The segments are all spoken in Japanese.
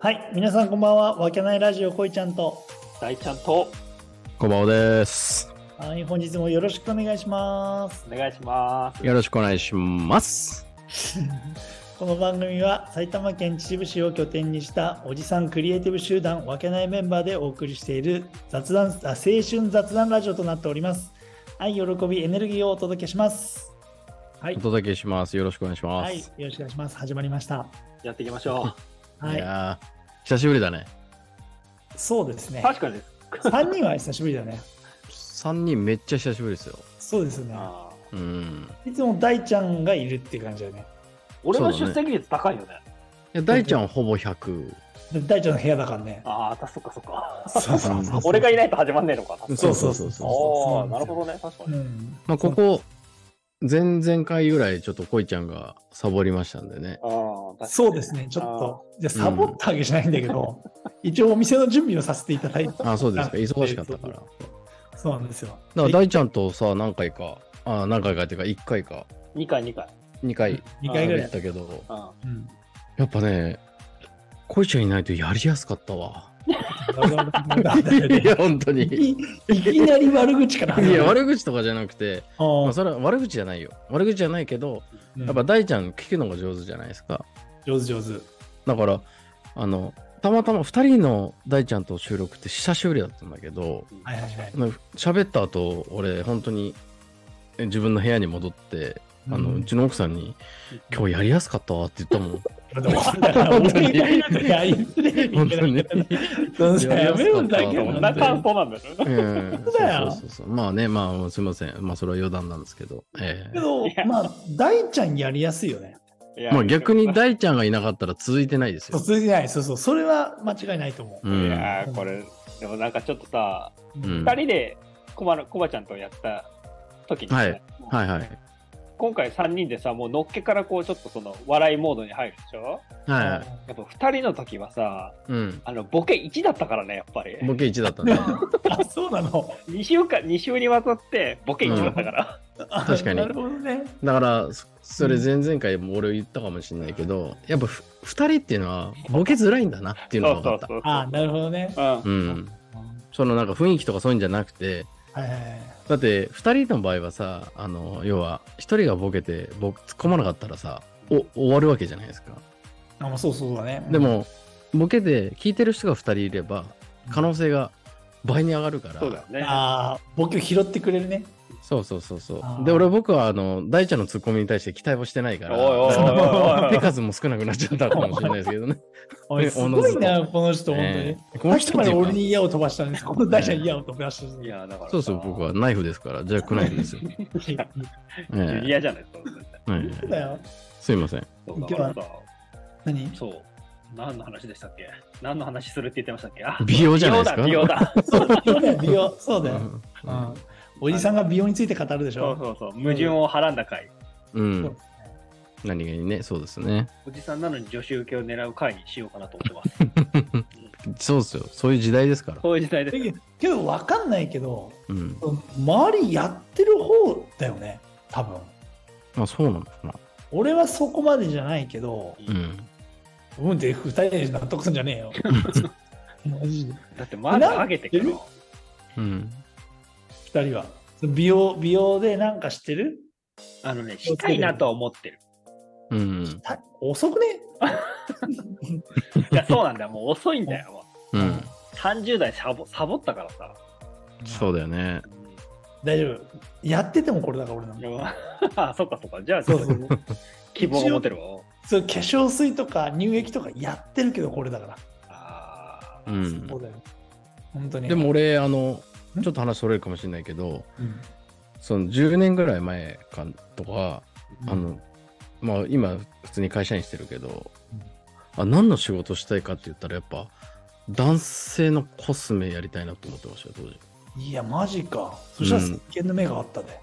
はい、皆さんこんばんは。わけないラジオこいちゃんと。大ちゃんとこんばんはです。はい、本日もよろしくお願いします。お願いします。よろしくお願いします。この番組は埼玉県秩父市を拠点にしたおじさんクリエイティブ集団わけないメンバーでお送りしている雑談あ青春雑談ラジオとなっております。愛、喜び、エネルギーをお届けします。はいお、届けします。よろしくお願いしまはい、す。よろしくお願いします。始まりました。やっていきましょい、はい、やー久しぶりだね。そうです う。ね。確かです。 3人は久しぶりだね。 3人めっちゃ久しぶりですよ。そうですね。あーうん。いつも大ちゃんがいるって感じだよね。俺のそう出だね席率高いよね。いや大ちゃんほぼ100。で大ちゃんの部屋だからね。ああ、たそっかそっか。そうそうそう 俺がいないと始まんねえのか。そうそうそうそうあそうなんあ、ですよなるほどね。確かうに。ん。まあ、ここ、前々回ぐらいちょっとこいちゃんがサボりましたんでね。あー確かにそうですね、ちょっと、じゃあサボったわけじゃないんだけど、一応お店の準備をさせていただいて、あ、そうですか。忙しかったそかうら。だかそうなんですよ。ら大ちゃんとさ、何回か、あ何回かっていうか、1回か、二回、二回。 2回2回ぐら喋いっ、たけど、うんうん、やっぱね、こいちゃんいないとやりやすかったわ。いいや、本当に。きなり悪口からいや、る。悪口とかじゃなくて、まあ、あそれは悪口じゃないよ。悪口じゃないけど、ややっぱ大ちゃん聞くのが上手じゃないですか。上手上手。だから、あの、たまたま2人の大ちゃんと収録って久しぶりだったんだけど、はいはいはい。な喋った後、俺、本当にえ自分の部屋に戻って、あの、うちの奥さんに、今日やりやすかったわって言ったもん。本当に。本当に。やめろんだけこどんなな感感想なんだよね。ええ当だよそうそうそうそうまあね、まあ、すみません。まあ、それは余談なんですけど。ええけど、まあ、大ちゃんやりやすいよね。いやまあ、逆に大ちゃんがいなかったら続いてないですよ。続いてない。そうそう。それは間違いないと思う。ういん、やーこれ、でもなんかちょっとさ、うん二人でコバのコバちゃんとやった時にね、はいはいはい。今回3人でさもうのっけからこうちょっとその笑いモードに入るでしょはいはい。やっぱ2人の時はさうん。あのボケ1だったからねやっぱりボケ1だったね。あ、そうなの。 2週間2週にわたってボケ1だったから、なるほどね。だから、そそれ前々回も俺言ったかもしれないけど、やっぱふ2人っていうのはボケづらいんだなっていうのそがう分そかっうた。そうああ、なるほどね。ううんん。そのなんか雰囲気とかそういうんじゃなくて、はいはいはい。だって2人の場合はさ、あの、要は1人がボケてボ突っ込まなかったらさ、お終わるわけじゃないですか。あ、まあ、そうそうだね。で、も、ボケで聞いてる人が2人いれば、可能性が倍に上がるから。そうだよねああ、ボケを拾ってくれるね。そうそうそうそあーう。で、俺僕はあの、大ちゃんのツッコミに対して期待をしてないから、おいおいおいおい手数も少なくなっちゃったかもしれないですけ どね。おい、ねすごいおな、この人、本当えに。ーこのさっ人きまってでいう俺かに矢を飛ばしたんです。この大社に矢を飛ばして いやだからそうそう、僕はナイフですから、ジャックナイフ ですよ。ジえューニアじゃないそうえそうーだよ。すいません。そうだからさ何そう何の話でしたっけ何の話するって言ってましたっけあ美容じゃないですか美容だ美容だそうだよ、美容。そうだうよ。んうん。おじさんが美容について語るでし そうょ。そうそう矛盾をはらんだ回うん。何気にね、そうですね。おじさんなのに女子受けを狙う回にしようかなと思ってます そうですよ。そういう時代ですから。そういう時代だでけどけど、わかんないけど、うん。周りやってる方だよね、多分。まあ、そうなのかな。俺はそこまでじゃないけど、うん。うんで二人で納得すんじゃねえ よ。マジで。だってまだ上げてくるうん。二人は。その美容、美容でなんかしてるあのねしたいなとは思ってるうん。た遅くねいやそうなんだよもう遅いんだよもううん。 30代サボサボったからさ、そうだよね。大丈夫。やっててもこれだから俺なうんんだ。あそっかそっかじゃあちそょうっそとう。希望を持てるわそう化粧水とか乳液とかやってるけどこれだから。あうーんそ。うだよ。本当に。でも、俺、あの、ちょっと話それるかもしれないけど、うんその10年ぐらい前かとか、あ、の、まあ今普通に会社員してるけど、あ何の仕事したいかって言ったらやっぱ男性のコスメやりたいなと思ってましたよ当時。いや、マジか。そしたら先見の目があったで。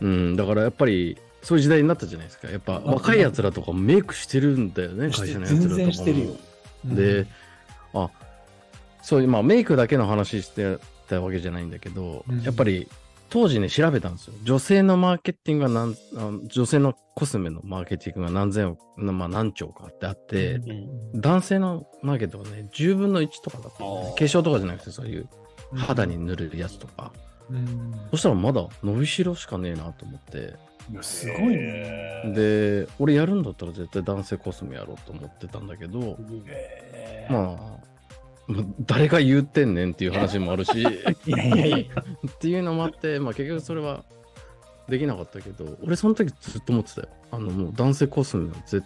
うん、だからやっぱりそういう時代になったじゃないですか。やっぱ若いやつらとかメイクしてるんだよね、して会社のやつらとかも。全然してるよ。うんで、、あ、そういう、まあメイクだけの話してたわけじゃないんだけど、うんやっぱり当時ね、調べたんですよ。女性のマーケティングが何、あ女性のコスメのマーケティングが何千億、まあ何兆かってあって、うんうん男性のマーケットはね、10分の1とかだったんだよね。あー化粧とかじゃなくて、そういう肌に塗るやつとか。うんそしたらまだ伸びしろしかねえなと思って。いやすごいね。へーで、俺やるんだったら絶対男性コスメやろうと思ってたんだけど、えーまあ、まあ誰が言ってんねんっていう話もあるし、 っいやいやいや、ていうのもあって、まあ結局それはできなかったけど、俺その時ずっと思ってたよ。あのもう男性コスメは絶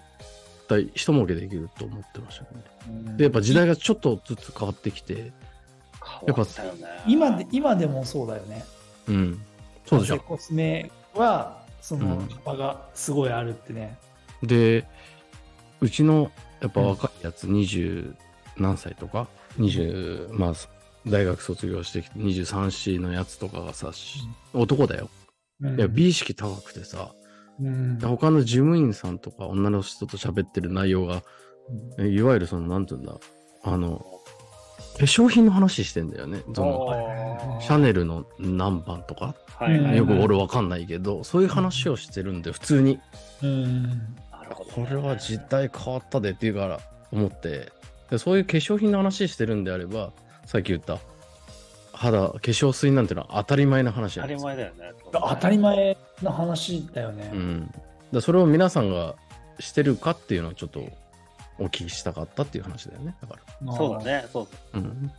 対一儲けできると思ってましたね。で、やっぱ時代がちょっとずつ変わってきて、変わったよね今で今でもそうだよね。うん。そうでし男性。ょコスメは、そのうん幅がすごいあるってね。で、うちのやっぱ若いやつ、20何歳とか、20、まあ、大学卒業してきて、23、歳のやつとかがさ、し男だよ。うんいや、美意識高くてさ、うん他の事務員さんとか女の人と喋ってる内容が、えいわゆるその、なんて言うんだ、あの、化粧品の話してんだよね。そのあーシャネルの何番とか、はいはいはいよく俺わかんないけど、そういう話をしてるんで、普通に。うんなるほどこれは時代変わったでっていうから思ってでそういう化粧品の話してるんであればさっき言った肌化粧水なんてのは当たり前な話当なたんでりすよ前だよね。当たり前の話だよね。うん、だそれを皆さんがしてるかっていうのをちょっとお聞きしたかったっていう話だよねだかそうだね、そうだ。ら、うん、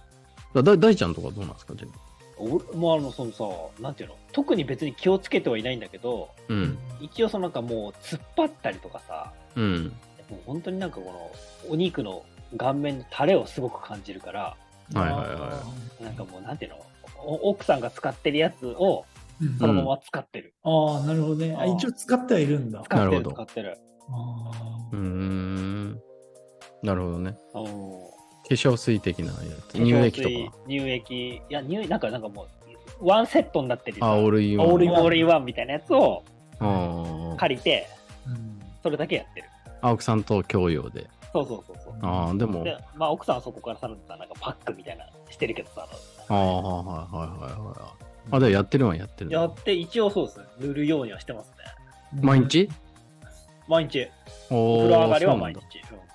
だだ大ちゃんとかどうなんですかジェニー俺もあの、そのさ、なんていうの、特に別に気をつけてはいないんだけど、うん一応そのなんかもう突っ張ったりとかさ、うんもう本当になんかこのお肉の顔面のタレをすごく感じるから、あー。はいはいはなんかもうなんていうの、お奥さんが使ってるやつをうんそのまま使ってる。ああ、なるほどね。ああー一応使ってはいるんだ。あ使ってなるほる、ど使ってる。あうーんなるほどねうん化粧水的なやつ乳液とか。乳液、いや、乳液、なんかなんかもう、ワンセットになってるよ。あオールインあオールインワンオールインワンみたいなやつをあー借りて、うんそれだけやってる。青木さんと共用でそうそうそうそう。ああ、でも、で、まあ、奥さんはそこからさらにさ、なんかパックみたいなしてるけどさ、ああ、はいはいはいはいはい。あ、でもやってるのはやってるの。やって、一応そうですね、塗るようにはしてますね。毎日毎日、おおー風呂上がりは毎そ日う。なんだ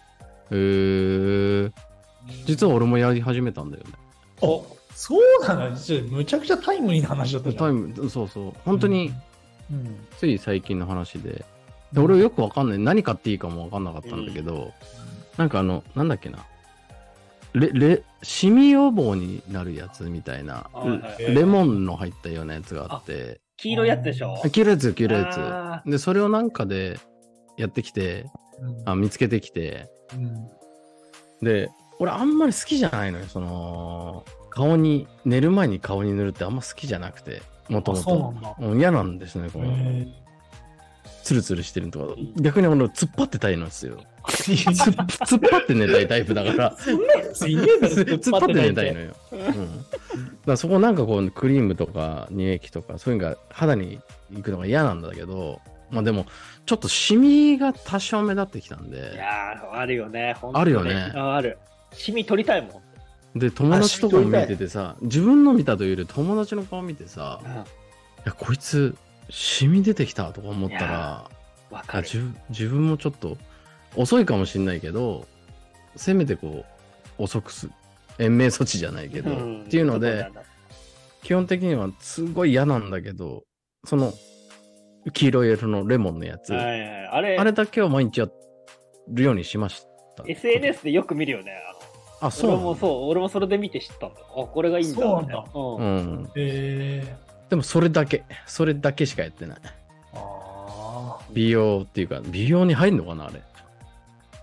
へえ。実は俺もやり始めたんだよね。あそうなのちょむちゃくちゃタイムリーな話だったじゃタんイム、そうそう。本当に、うんつい最近の話で。で俺よくわかんない。何買っていいかもわかんなかったんだけど、なんかあの、なんだっけな。レ、レ、シミ予防になるやつみたいな、あはいはいレレモンの入ったようなやつがあって、黄色いやつでしょ切るやつ、切るやあつ。で、それをなんかでやってきて、うんあ見つけてきて、うんで俺あんまり好きじゃないのよその顔に寝る前に顔に塗るってあんま好きじゃなくてもとあもそうなとんだ。嫌なんですねこへのえツルツルしてるのとかうん逆に俺突っ張ってたいのですよ突っ突っ張って寝たいタイプだからそんなやついねえだろ突っ張って寝たいのよ。よ、うん、だからそこなんかこうクリームとか乳液とかそういうのが肌に行くのが嫌なんだけどまあでもちょっとシミが多少目立ってきたんーいでやー、あるよね、ほんとあるよねあある。シミ取りたいもん。で友達とか見ててさ自分の見たというより友達の顔見てさ、いやこいつシミ出てきたとか思ったいらやわあかる。自分自分もちょっと遅いかもしんないけどせめてこう遅くす延命措置じゃないけど、んっていうのそうでなんだ基本的にはすごい嫌なんだけどその黄色い色のレモンのやつ、はいはいあれ、あれだけは毎日やるようにしました。 SNS でよく見るよね。あのあそう俺なんもだそう、俺もそれで見て知ったんだ。あ、これがいいんだ。そうなんだみたいうんうん、へえでもそれだけそれだけしかやってないあ美容っていうか美容に入るのかなあれ、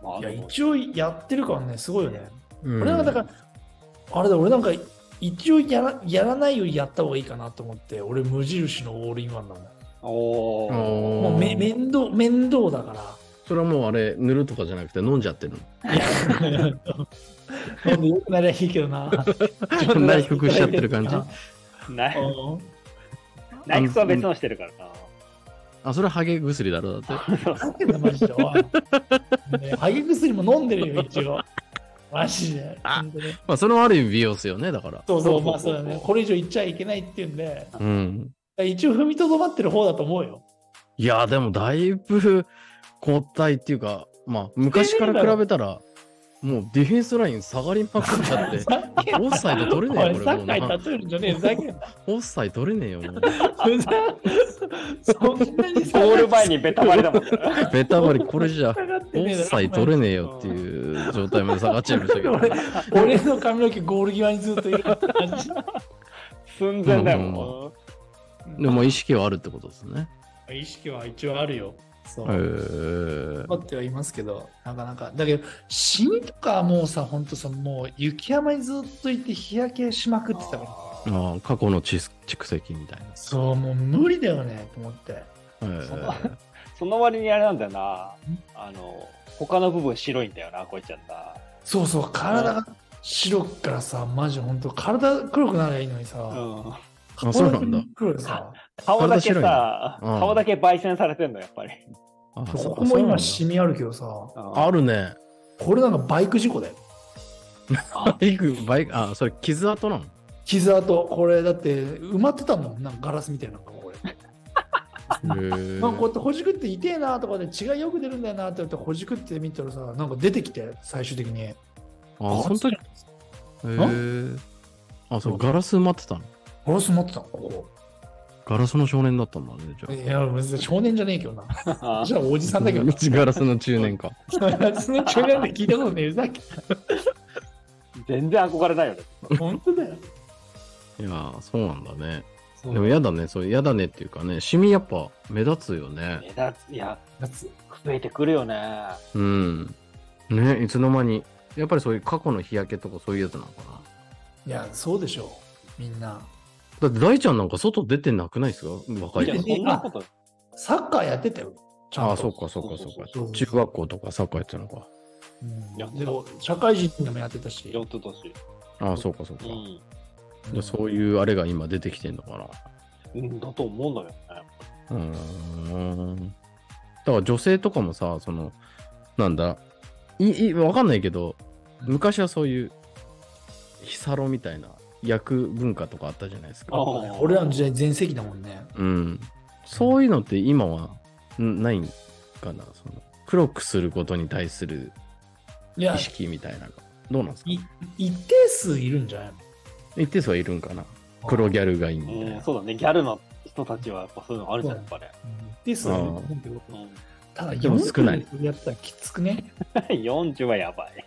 まああ。いでや、も一応やってるからね、すごいよね。うん、俺なんかだから、あれだ、俺なんか、一応やらやらないよりやった方がいいかなと思って、俺無印のオールインワンなんだおーおーもうめ面倒、面倒だから。それはもうあれ塗るとかじゃなくて飲んじゃってるの飲んでよくなりゃいいけどな。内服しちゃってる感じなうんナイフは別のしてるからな。あそれハゲ薬だろだって ふざけんなマジで。おいねハゲ薬も飲んでるよ、一応。マジで。あ本当にまあそれもある意味美容っすよねだからそうそ、そうそううまあそうだね。これ以上言っちゃいけないっていうんで、うん一応踏みとどまってる方だと思うよ。いやーでもだいぶ交代っていうかまあ昔から比べたらもうディフェンスライン下がりまくっちゃってさっきオフサイド取れねえおいよこサれもッうカーなに例えるんじゃねえふざけんなオフサイド取れねえよもそんうなにゴール前にベタバレだもんね。ベタバリこれ じゃ下がってオねえだろフサイド取れねえよっていう状態まで下がっちゃいましたけど 俺俺の髪の毛ゴール際にずっといる感じ寸前だよ、もでも意識はあるってことですね。意識は一応あるよ。そへう。ー頑張ってはいますけど、なかなか。だけど、シミとかはもうさ、ほんとさ、もう雪山にずっと行って日焼けしまくってたから。ああ過去の蓄蓄積みたいな。そう、もう無理だよね、と思って。へーそうだう。その割にあれなんだよな。あの、他の部分白いんだよな、こいちゃんな。そうそう、体が白くからさ、マジほんと、体黒くなりゃいいのにさ、うん。あそうなんだ。黒でさ、顔だけ体白いさ、うん顔だけ焙煎されてんの、やっぱり。あそここうかもそうなん今だシミあるけどさ、うんあるね。これなんかバイク事故だよ。バイクバイクあそれ傷跡なの。傷跡、これだって埋まってたんだもん、なんかガラスみたいなのがこれ。なんかこうやってほじくって痛えなとかで血がよく出るんだよなって思ってほじくってみたらさなんか出てきて最終的にあその時。へーあそうガラス埋まってたの。ガラス持ってたのこガラスの少年だったんだねじこゃいや別に少年じゃねえけどなあじゃあおじさあ。んだけどなガラスの中 年か。その中学で聞いたことねえふざけ全然憧れないよね。本当だよいやーそうなんだね。そでうもやだねそうやだねっていうかねシミやっぱ目立つよね。目立つ、いや、夏増えてくるよね。うん。ね、いつの間に。やっぱりそういう過去の日焼けとかそういうやつなのかな。いやそうでしょうみんなだって大ちゃんなんか外出てなくないですか若いいや、時。そんなこと。サッカーやってたよちゃんあとあ、そうかそうかそうか。そう中学校とかサッカーやってたのか。うんやってでたも社会人でもやってたし一昨年。ああ、そうかそうか。うん。じゃあそういうあれが今出てきてんのかうん、だと思うんだよね。な。うーん。だから女性とかもさ、その、なんだ、いいいわかんないけど、昔はそういう、ヒサロみたいな薬文化とかあったじゃないですか。あ俺らの時代全盛期だもんねうん。そういうのって今はんないんかなその黒くすることに対するいや意識みたいなのが。どうなんですかい一定数いるんじゃないの一定数はいるんかな黒ギャルがいいみたいうん、な。そうだね。ギャルの人たちは、やっぱそういうのあるじゃん、やっぱり。一定数はいると思うけどうん。ただでも少ない40やったらきつくね。 40はやばい。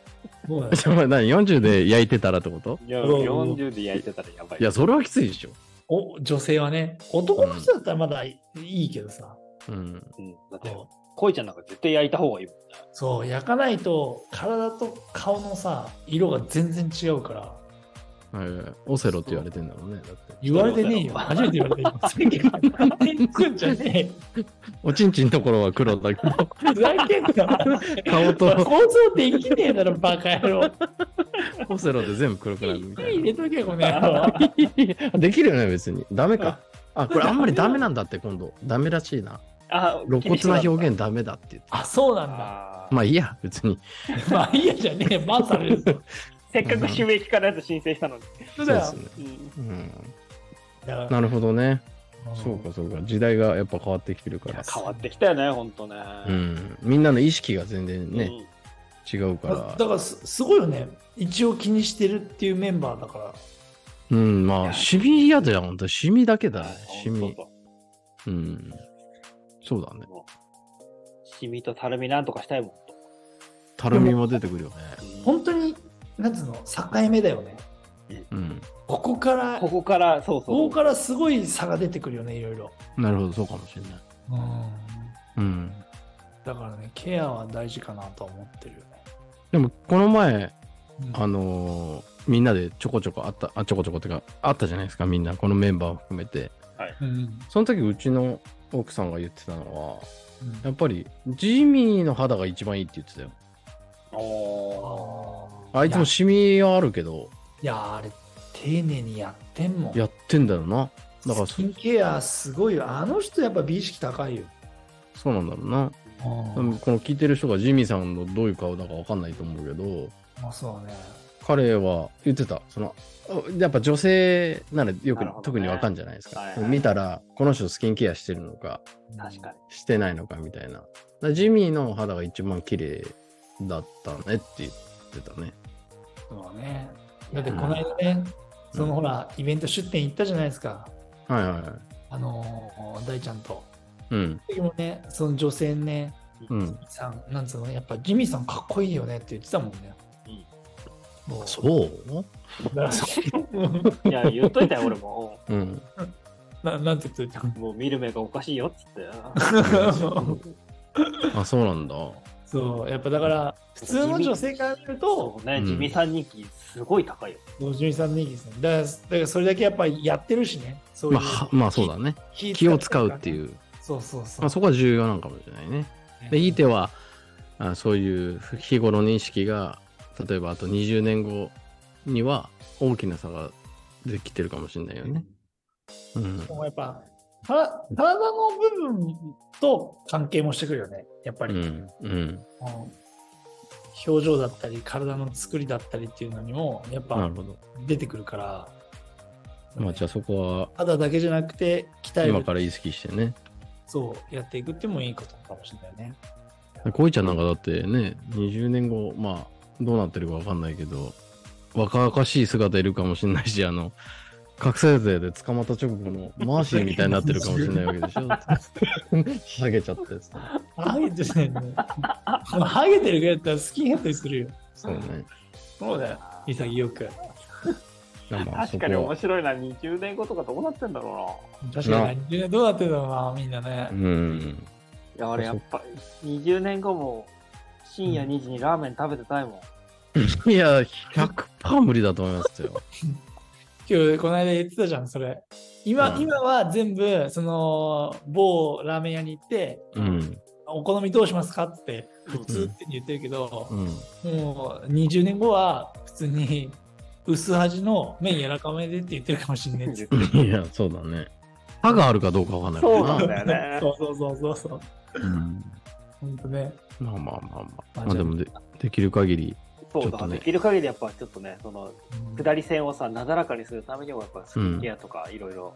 そうだよじゃあ 何 ?40 で焼いてたらってこといや、うん40で焼いてたらやばい。いや、それはきついでしょ。お女性はね、男の人だったらまだいいけどさ、うん。うん、だって、こう恋ちゃんなんか絶対焼いた方がいいもんね。そう、焼かないと体と顔のさ、色が全然違うから、えーオセロって言われてんだろうね。だって。言われてねえよ。初めて言われたよ。ふざけんじゃねえよ。おちんちんのところは黒だけど、 ふざけんな。顔と構造できねえだろ、バカ野郎。オセロで全部黒くなるみたい入れとけ、この野郎。な。できるよね、別に。ダメか。あ、これあんまりダメなんだって、今度。ダメらしいな。あ、露骨な表現ダメだって言って。あ、そうなんだ。あーまあいいや、別に。まあ、いいやじゃねえよ。バンされるぞ。せっかく収益化のやつ申請したのに。そうだそよう。ですね。うんうん。だからなるほどね。そうか、そうか。時代がやっぱ変わってきてるかいやら。変わってきたよね、ほんとね。うん。みんなの意識が全然ね、うん違うかだら。だからすすごいよね一応気にしてるっていうメンバーだからうん、まあ、シミ嫌だよ、本当シミだけだね。シそうミ。そううん。そうだね。シミとたるみなんとかしたいもん。たるみも出てくるよね。本当になんつうの境目だよねうん。ここからこここから、そうそう。こからすごい差が出てくるよねいろいろなるほど、そうかもしれない。うんうん。だからねケアは大事かなとは思ってるよね、でも、この前、うんあのーみんなでちょこちょこあった、あ、ちょこちょこってか、あったじゃないですか、みんな、このメンバーを含めて。うんその時、うちの奥さんが言ってたのは、うんやっぱり、ジミーの肌が一番いいって言ってたよ。おーあーあいつもシミはあるけど、いやいやあれ丁寧にやってんもんやってんだよな。だからスそキ、ンケアすごいよあの人やっぱ美意識高いよ、そうなんだろうな。うん多分この聞いてる人がジミーさんのどういう顔だかわかんないと思うけど、まあそうだね彼は言ってた。そのあやっぱ女性ならよく、なるほどね特にわかんじゃないですか、はいはい見たら、この人スキンケアしてるのか、確かに。してないのかみたいな。だからジミーの肌が一番綺麗だったねって言ってたね。そうね。だってこの間ね、そのほら、イベント出店行ったじゃないですか。はいはいはい。あのー大ちゃんと。うん。時もね、その女性ね、うん。さん、なんつうの、やっぱジミーさんかっこいいよねって言ってたもんね。もうそうだからそういや、言っといたよ、俺も。うん。 ななんて言ってたもう見る目がおかしいよっつって。 あ、そうなんだ。そう、やっぱだから、普通の女性から見るとそ、うねう、ん地味さん人気すごい高いよ。 53人気ですね。だから、だからそれだけやっぱりやってるしね。そういうまあ、はまあそうだね。気気を使うってう。いう。そうそうそう。まあそこは重要なのかもしれないね。で、いい手は、あそういう日頃の認識が、例えばあと20年後には大きな差ができてるかもしれないよね。うん。もうやっぱ体体の部分と関係もしてくるよね、やっぱうり。ん。うん。あの表情だったり、体の作りだったりっていうのにも、やっなぱるほど。出てくるから、まあじゃあそこ肌だけじゃなくて、鍛はえ今る、から意識してね。そう、やっていくっていうのもいいことかもしれないね。こいちゃんなんかだってね、20年後、まあ、どうなってるかわかんないけど、若々しい姿いるかもしれないし、あの、覚醒剤で捕まった直後のマーシーみたいになってるかもしれないわけ でしょ。ハゲちゃって。ハゲてないね。ハゲてるぐらいだったらスキンヘッドにするよ。そうね。そうだよ、潔く。まあ、確そこかに面は。白いな、20年後とかどうなってんだろ確かに、ね、どうなってんだろうな、みんなねう。ん。うな。いや、俺やっぱり20年後も深夜2時にラーメン食べてたいもん。いや、100%無理だと思いますよ。今日、この間言ってたじゃん、それ。今、うん今は全部、その、某ラーメン屋に行って、うん。お好みどうしますかって、普通って言ってるけどう、ん。もう20年後は、普通に、薄味の麺柔らかめでって言ってるかもしんないっつっていや、そうだね。歯があるかどうかわかんないそうもんなんな。だよそね。うそうそうそうそう。うんほんとね。まあまあまあままあ。あまあでもで、できる限り。そうちょっだ、とねできる限りやっぱちょっとね、その下り線をさ、なだらかにするためにもやっぱスキンケアとかいろいろ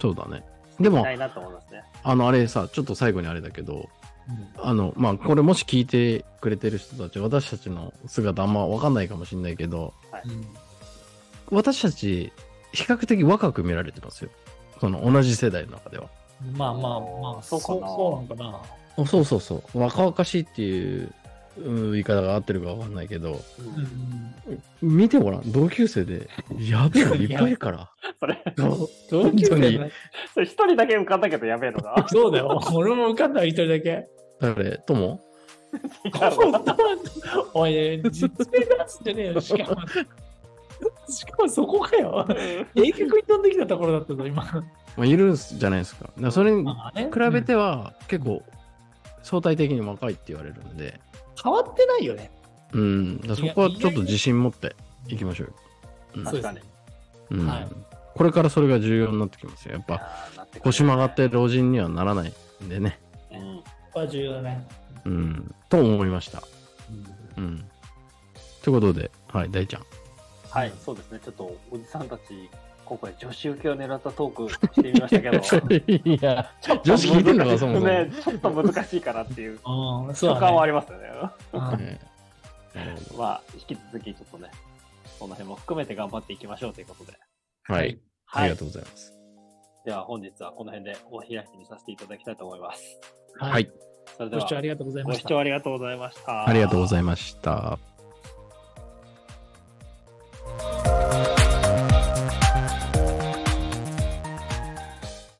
そうだね。でできもた、いなと思いますね。あの、あれさ、ちょっと最後にあれだけど、うんあの、まあ、これもし聞いてくれてる人たち、私たちの姿あんまわかんないかもしれないけど、うん私たち、比較的若く見られてますよ。その、同じ世代の中では。まあまあまあ、そうかなそうそうなんかな。あそうそうそう。若々しいっていう、うん言い方が合ってるかわかんないけど、うんうん見てごらん、同級生で、やべえのいっぱいいるから。それ、同級生だねそれ一人だけ浮かんだけどやべえのが。 そうだよ。俺も浮かんだわ一人だけ。誰とも おい、実名出すんじゃねえよ。しかも、しかもそこかよ。英曲に飛んできたところだったぞ、今。まあ、いるんじゃないですか。だからそれに比まあねべては、結構、相対的に若いって言われるんで、変わってないよね。うん、だからそこはちょっと自信持っていきましょうよ。うんそうですね。うんはいこれからそれが重要になってきますよ。やっいぱやーなってくるね腰曲がって老人にはならないんでね。うんここは重要だね。うん、と思いました。うん、ということで、はい、大ちゃん。はい、そうですね。ちょっとおじさんたち、今回女子受けを狙ったトークしてみましたけ ど、いや、女子聞いてんのか、そもそも。ね、ちょっと難しいかなっていううん、そう所だ感はあね。りますよね。うんねなるほどまあ、引き続きちょっとね、この辺も含めて頑張っていきましょうということで。はい、あはりがい。とうございます。では本日はこの辺でお開きにさせていただきたいと思います。はい、それでご視は聴ありがとうございごま視した聴。ありがとうございました。ありがとうございました。